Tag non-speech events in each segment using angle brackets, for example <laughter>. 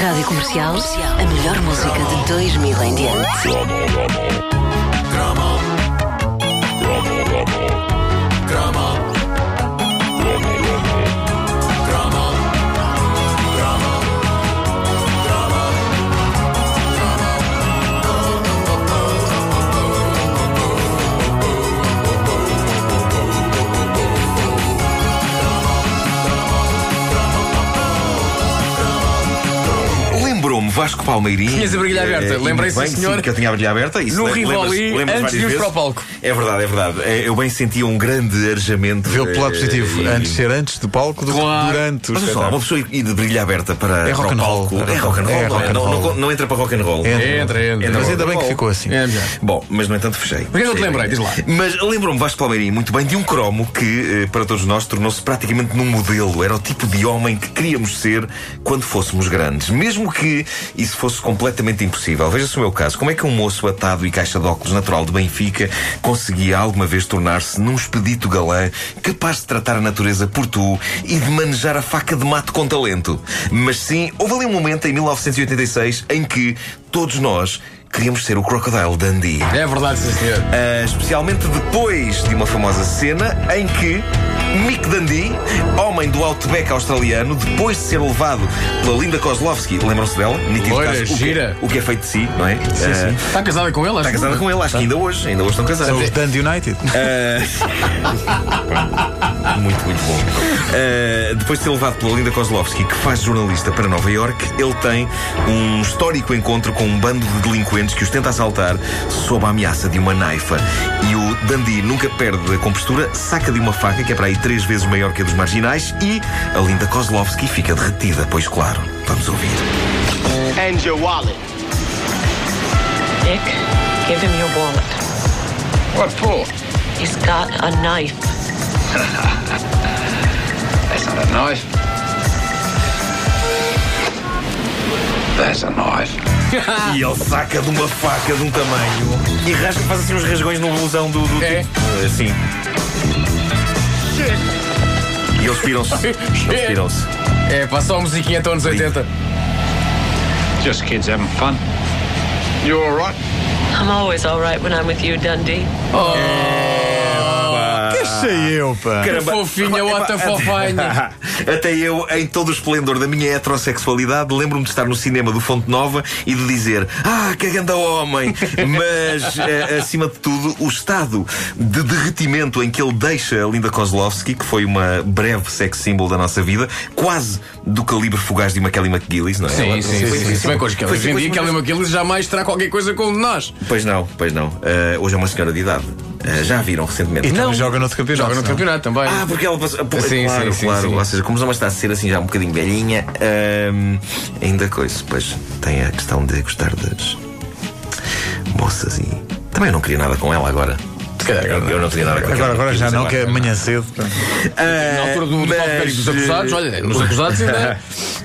Rádio Comercial, a melhor música de 2000 em diante. Lembrou-me Vasco Palmeirinho. Eh, Tinhas a brilha aberta, lembrei-se, muito bem, senhor. Sim, que eu tinha a brilha aberta. Isso No le- lembra-se- Rivoli, lembra-se antes várias de irmos vezes. para o palco. É verdade, é verdade. É, Eu bem sentia um grande arejamento. Vê-lo pelo lado eh, positivo. e- Antes de ser antes do palco do Claro. que durante o Mas olha só, uma espetáculo. pessoa ir de brilha aberta para, para É rock o and roll. palco. É É rock and roll, rock não and é? Não, roll. não- não entra para rock and roll. Entra, entra. Mas ainda bem que Oh. ficou assim. É melhor. Bom, mas no entanto fechei. que é que eu te lembrei? Diz lá. Mas lembrou-me Vasco Palmeirinho muito bem de um cromo que, eh, para todos nós, tornou-se praticamente num modelo. Era o tipo de homem que queríamos ser quando fôssemos grandes. Mesmo que isso fosse completamente impossível. Veja-se o meu caso. Como é que um moço atado e caixa de óculos natural de Benfica conseguia alguma vez tornar-se num expedito galã capaz de tratar a natureza por tu e de manejar a faca de mato com talento? Mas sim, houve ali um momento em 1986 em que todos nós queríamos ser o Crocodile Dundee. É verdade, sim, senhor. Uh, especialmente depois de uma famosa cena em que Mick Dundee, homem do Outback australiano, depois de ser levado pela Linda Kozlovski, lembram-se dela? Nítido Loira, o, que, gira. o que é feito de si, não é? Sim, sim. Está Tá casada com ele? está Tá casada com ele, acho que ainda hoje, ainda hoje estão casados. São os Dundee United. Muito, muito bom. Uh, Ah. depois de ser levado pela Linda Kozlovski, que faz jornalista para Nova York, ele tem um histórico encontro com um bando de delinquentes que os tenta assaltar sob a ameaça de uma naifa. E o Dundee nunca perde a compostura, saca de uma faca que é para aí três vezes maior que a dos marginais e a Linda Kozlovski fica derretida, pois claro. Vamos ouvir. and your wallet. Dick, give him your wallet. What for? He's got a knife. That's not a knife. That's a knife. E ele saca de uma faca de um tamanho e rasga, faz assim uns rasgões no blusão do, do É. tipo. Uh, Assim. E eles piram-se. Eles piram-se. É, passou a musiquinha até anos 80. Just kids having fun. You all right? I'm always all right when I'm with you, Dundee. Oh. Ah, Deixa eu, pá. Caramba. Fofinha, Epá, outra fofinha. <laughs> Até eu, em todo o esplendor da minha heterossexualidade, lembro-me de estar no cinema do Fonte Nova e de dizer: Ah, que ganda <laughs> homem! Mas, eh, acima de tudo, o estado de derretimento em que ele deixa a Linda Kozlovski, que foi uma breve sex symbol da nossa vida, quase do calibre fugaz de uma Kelly McGillis, não é? Sim, Ela- sim, foi- sim. foi- sim. Bem com os Kelly. foi- Hoje em foi- dia, é Kelly McKillis jamais terá qualquer coisa com um de nós. Pois não, pois não. Eh, hoje é uma senhora de idade. Eh, já a viram recentemente. E também joga no outro campeonato. Joga no não é? campeonato também. Ah, porque ela passou. Pô, Sim, claro, sim, sim, claro. sim. Ou seja, como já está a ser assim já um bocadinho velhinha, ahm, ainda coisa, pois tem a questão de gostar das moças e. Também não queria nada com ela agora. Se calhar eu, eu não queria nada com ela. Agora, agora já não, que é amanhã cedo. Na altura do, do palco dos acusados, <laughs> olha, nos acusados ainda.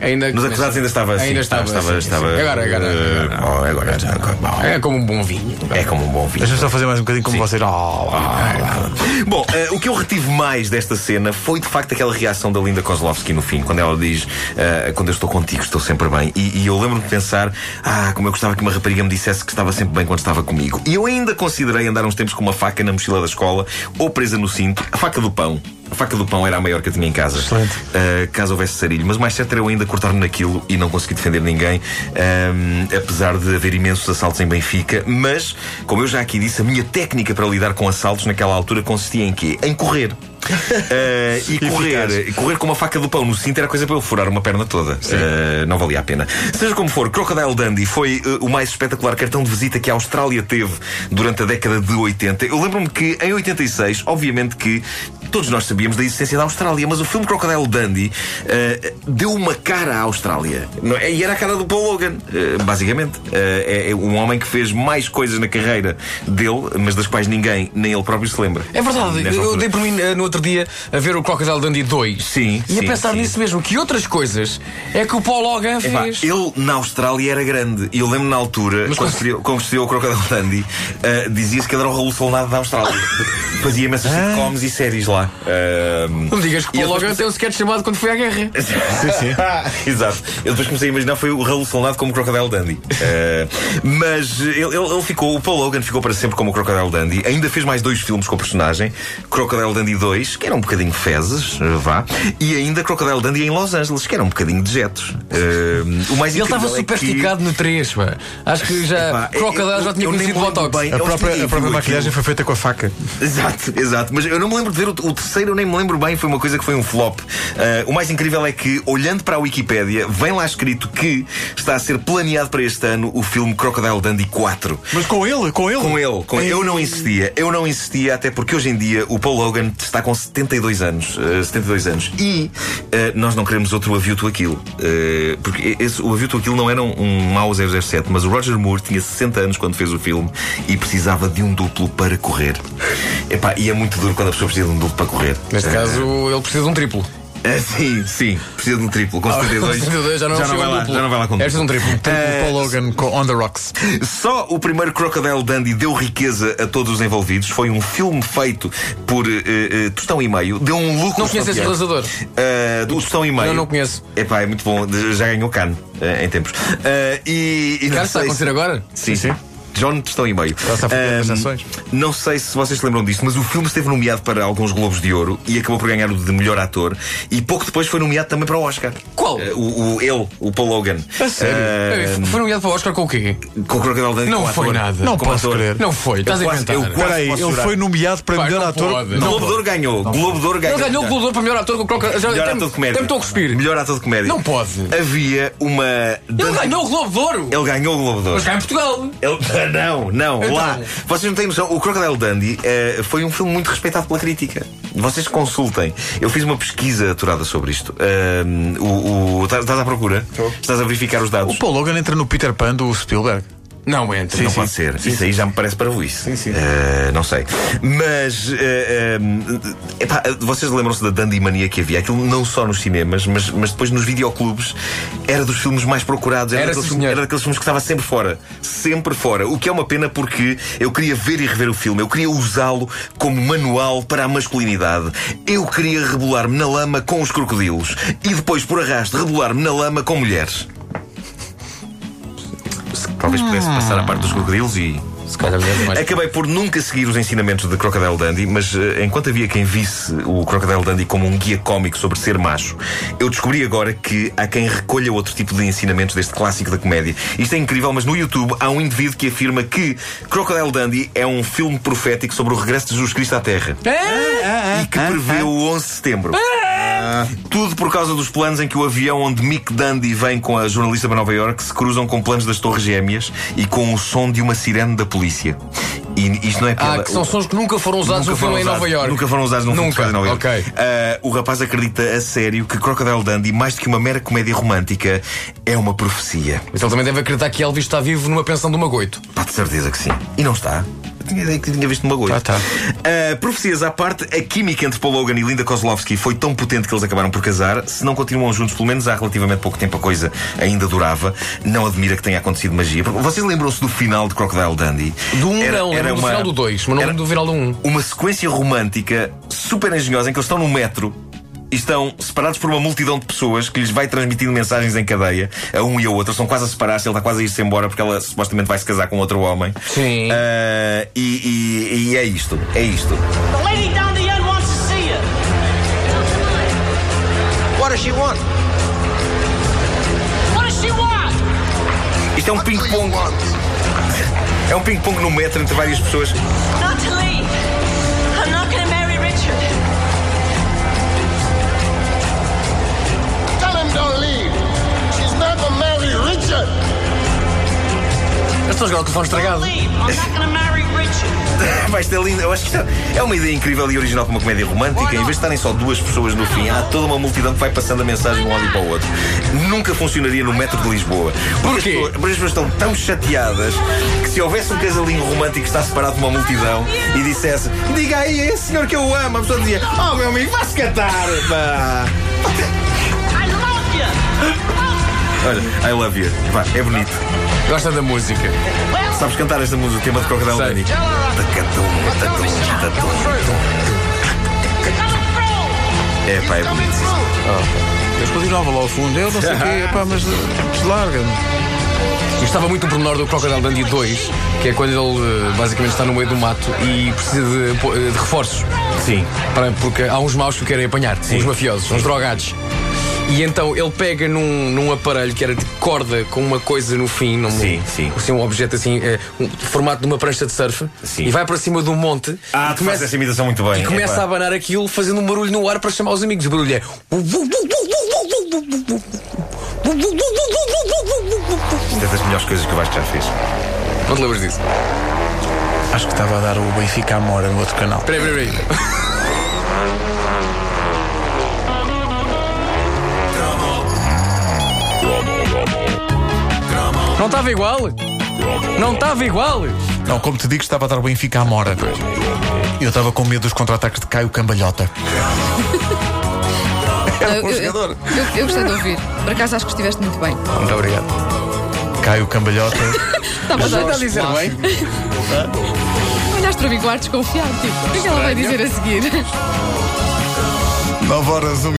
ainda Nos acusados ainda estava assim. Ainda estava. estava, sim, estava sim. Agora, agora. eh, bom, agora, agora, bom. É como um bom vinho. É como um bom vinho. Deixa-me só fazer mais um bocadinho como vocês. É <laughs> Bom, eh, o que eu retive mais desta cena foi de facto aquela reação da Linda Kozlovski no fim, quando ela diz: eh, Quando eu estou contigo, estou sempre bem. E, e eu lembro-me de pensar: Ah, como eu gostava que uma rapariga me dissesse que estava sempre bem quando estava comigo. E eu ainda considerei andar uns tempos com uma faca na mochila da escola ou presa no cinto, a faca do pão. A faca do pão era a maior que eu tinha em casa. Excelente. Eh, caso houvesse sarilho. Mas o mais certo era eu ainda cortar-me naquilo e não conseguir defender ninguém, ehm, apesar de haver imensos assaltos em Benfica. Mas, como eu já aqui disse, a minha técnica para lidar com assaltos naquela altura consistia em quê? Em correr. Eh, e correr, correr com uma faca do pão no cinto era coisa para eu furar uma perna toda. Eh, não valia a pena. Seja como for, Crocodile Dundee foi eh, o mais espetacular cartão de visita que a Austrália teve durante a década de 80. Eu lembro-me que em 86, obviamente que todos nós sabíamos da existência da Austrália, mas o filme Crocodile Dundee eh, deu uma cara à Austrália. Não é? E era a cara do Paul Logan, eh, basicamente. Eh, é, é um homem que fez mais coisas na carreira dele, mas das quais ninguém, nem ele próprio, se lembra. É verdade, Nessa eu altura. dei por mim eh, no outro dia a ver o Crocodile Dundee 2 Sim, e a sim, pensar sim. nisso mesmo, que outras coisas é que o Paul Logan Epá, fez. ele na Austrália era grande. E eu lembro na altura, Mas quando com- se criou- quando se criou o eh, <laughs> Crocodile Dundee, ah, dizia-se que ele era o Raul Solnado da Austrália. Fazia imensas sitcoms e séries lá. lá. Ahm, Não me digas que e eu o Logan depois tem um sketch chamado Quando Fui à Guerra. Sim, <laughs> sim. Exato. Eu depois comecei a imaginar foi o Raul Soldado como o Crocodile Dundee. Eh, mas ele, ele- ele ficou, o Paul Logan ficou para sempre como o Crocodile Dundee. Ainda fez mais dois filmes com o personagem: Crocodile Dundee 2, que era um bocadinho fezes, eh, vá, e ainda Crocodile Dundee em Los Angeles, que era um bocadinho de jetos. Eh, o mais Ele estava incrível é super que- esticado no 3, pá. Acho que já. Epá, é- Crocodile eu- já tinha eu nem conhecido me lembro Botox. bem. A Eu própria, a digo própria aquilo. maquilhagem foi feita com a faca. <laughs> Exato, exato. Mas eu não me lembro de ver o, o terceiro, eu nem me lembro bem, foi uma coisa que foi um flop. Ah, o mais incrível é que, olhando para a Wikipédia, vem lá escrito que está a ser planeado para este ano o filme Crocodile Dundee 4. Mas com ele, com ele. Com ele, com ele. Eu não insistia, eu não insistia, até porque hoje em dia o Paul Logan está com 72 anos. eh, 72 anos. E eh, nós não queremos outro Avio to Aquilo. Eh, porque esse- o Avio to Aquilo não era um, um mau 007, mas o Roger Moore tinha 60 anos quando fez o filme e precisava de um duplo para correr. Epá, e é muito duro quando a pessoa precisa de um duplo para correr. Neste Eh, caso, ele precisa de um triplo. eh, sim, sim, precisa de um triplo. <laughs> Com 72, 72 já não, chega vai um lá, duplo. já não vai lá com É preciso um triplo. O Paul Logan com On the Rocks. Só o primeiro Crocodile Dundee deu riqueza a todos os envolvidos. Foi um filme feito por eh, eh, Tostão e Meio. Deu um lucro. Não conheces esse fabuloso. realizador? Eh, do Tostão e Meio. Não, não conheço. Epá, é muito bom. De- Já ganhou Cannes eh, em tempos. Eh, e, e não Cara, está a sei se- acontecer agora? Sim, sim. John Tostão e Meio. Está a fazer as Ahm, ações. não sei se vocês se lembram disto, mas o filme esteve nomeado para alguns Globos de Ouro e acabou por ganhar o de melhor ator. E pouco depois foi nomeado também para o Oscar. Qual? Eh, o, é, hum. o- ele, o Paul Logan. A Peraí, Foi nomeado para o Oscar com o quê? com o Crocodile Dundee Não como foi ator. nada. Não Como posso ator. crer. Não foi, estás a quase- inventar. eu Ele quase- Espera aí, posso ele jurar. foi nomeado para Pá, melhor não ator. pode. Globo de Ouro ganhou. Globo de Ouro ganhou. ganhou o Globador para melhor ator com o Crocodile. Já- É Melhor até- ator de comédia. Até me estou a cuspir. Melhor ator de comédia. Não pode. Havia uma. Ele ganhou o Globo de Ouro! Ele ganhou o Globo de Ouro. Mas cá em Portugal! Ele- <laughs> Não, não, Então. lá. Vocês não têm noção. O Crocodile Dundee eh, foi um filme muito respeitado pela crítica. Vocês consultem. Eu fiz uma pesquisa aturada sobre isto. Ahm, o, o- estás- Estás à procura? Estás a verificar os dados? O Paul Logan entra no Peter Pan do Spielberg. Não entra. não pode ser. Isso aí já me parece para isso. Sim, sim. não sei. Mas. eh, eh, epá, vocês lembram-se da Dandy Mania que havia? Aquilo não só nos cinemas, mas, mas depois nos videoclubes era dos filmes mais procurados. Era, Era, daqueles, sim, filmes- senhor. era daqueles filmes que estava sempre fora. Sempre fora. O que é uma pena porque eu queria ver e rever o filme. Eu queria usá-lo como manual para a masculinidade. Eu queria rebolar-me na lama com os crocodilos. E depois, por arrasto, rebolar-me na lama com mulheres. Talvez pudesse passar a parte dos crocodilos e Se calhar é mais. Acabei por nunca seguir os ensinamentos de Crocodile Dundee, mas eh, enquanto havia quem visse o Crocodile Dundee como um guia cómico sobre ser macho, eu descobri agora que há quem recolha outro tipo de ensinamentos deste clássico da comédia. Isto é incrível, mas no YouTube há um indivíduo que afirma que Crocodile Dundee é um filme profético sobre o regresso de Jesus Cristo à Terra É? Ah, e que prevê o 11 de setembro. Ah, Tudo por causa dos planos em que o avião onde Mick Dundee vem com a jornalista para Nova York se cruzam com planos das Torres Gêmeas e com o som de uma sirene da polícia. E isto não é piada. Ah, que são sons que nunca foram usados Nunca no foram filme em usados- Nova York. Nunca foram usados num filme Nunca, de Nova York. ok. Ah, o rapaz acredita a sério que Crocodile Dundee, mais do que uma mera comédia romântica, é uma profecia. Mas ele também deve acreditar que Elvis está vivo numa pensão de uma goito. Pá, de certeza que sim. E não está. Eu tinha ideia que tinha visto uma coisa. Ah, tá. Ah, profecias à parte, a química entre Paul Logan e Linda Kozlovsky foi tão potente que eles acabaram por casar. Se não continuam juntos, pelo menos há relativamente pouco tempo a coisa ainda durava. Não admira que tenha acontecido magia. Porque Vocês lembram-se do final de um, Crocodile Dundee? Do 1 não, lembro do final do 2, mas não era- lembro do final do 1. uma sequência romântica super engenhosa em que eles estão no metro e estão separados por uma multidão de pessoas que lhes vai transmitindo mensagens em cadeia a um e ao outro. Estão quase a separar-se, ele está quase a ir-se embora porque ela supostamente vai se casar com outro homem. Sim. Ah, e, e- e é isto, é isto. The lady down the end wants to see you. What does she want? What does she want? Isto é um ping-pong. É um ping-pong no metro entre várias pessoas. Not to leave. I'm not going to marry Richard. Tell him don't leave. She's not gonna marry Richard. Eles estão a jogar o telefone estragado. Leave. I'm not gonna marry Richard. <laughs> Vai ser lindo. Eu acho que isto é uma ideia incrível e original para uma comédia romântica. Em vez de estarem só duas pessoas no fim, há toda uma multidão que vai passando a mensagem de um lado para o outro. Nunca funcionaria no metro de Lisboa. Porque as Porquê? pessoas- Porque as pessoas estão tão chateadas que se houvesse um casalinho romântico que está separado de uma multidão e dissesse diga aí a esse senhor que eu amo, a pessoa dizia oh meu amigo, vá-se catar, pá. I love you. Olha, I love you. Vá, é bonito. Gosta da música. Sabes cantar esta música, o tema de Crocodile Sei. Dundee? Tacatum, tacatum, tacatum. Tell her É pá, é coming bonito. sim, senhor. through. Eles continuavam lá ao fundo. Eu não Ah. sei o quê, pá, mas eh, larga-me. Eu estava muito o pormenor do Crocodile Dundee 2, que é quando ele eh, basicamente está no meio do mato e precisa de, apo- eh, de reforços. Sim. Para- porque há uns maus que o querem apanhar, uns mafiosos, uns drogados. E então ele pega num, num aparelho que era de corda com uma coisa no fim, num, Sim, sim. assim, um objeto assim, eh, um, de formato de uma prancha de surf, Sim. e vai para cima de um Ah, monte e tu fazes começa, essa imitação muito bem. é, e começa Epá. a abanar aquilo fazendo um barulho no ar para chamar os amigos. O barulho é. Isto é das melhores coisas que o Vasco já fez. Não te lembras disso? Acho que estava a dar o Benfica à mora no outro canal. Peraí, peraí, peraí. Não estava igual? Não estava igual? Não, como te digo, estava a dar o Benfica à mora. Eu estava com medo dos contra-ataques de Caio <laughs> Cambalhota. Era um bom eu- jogador. Eu, eu gostei de ouvir. Por acaso acho que estiveste muito bem. Muito obrigado. Caio Cambalhota. <laughs> Estava a dar. dizer bem? Olhaste para mim com ar desconfiado. Tipo, o que é que ela vai dizer a seguir? 9 horas, 1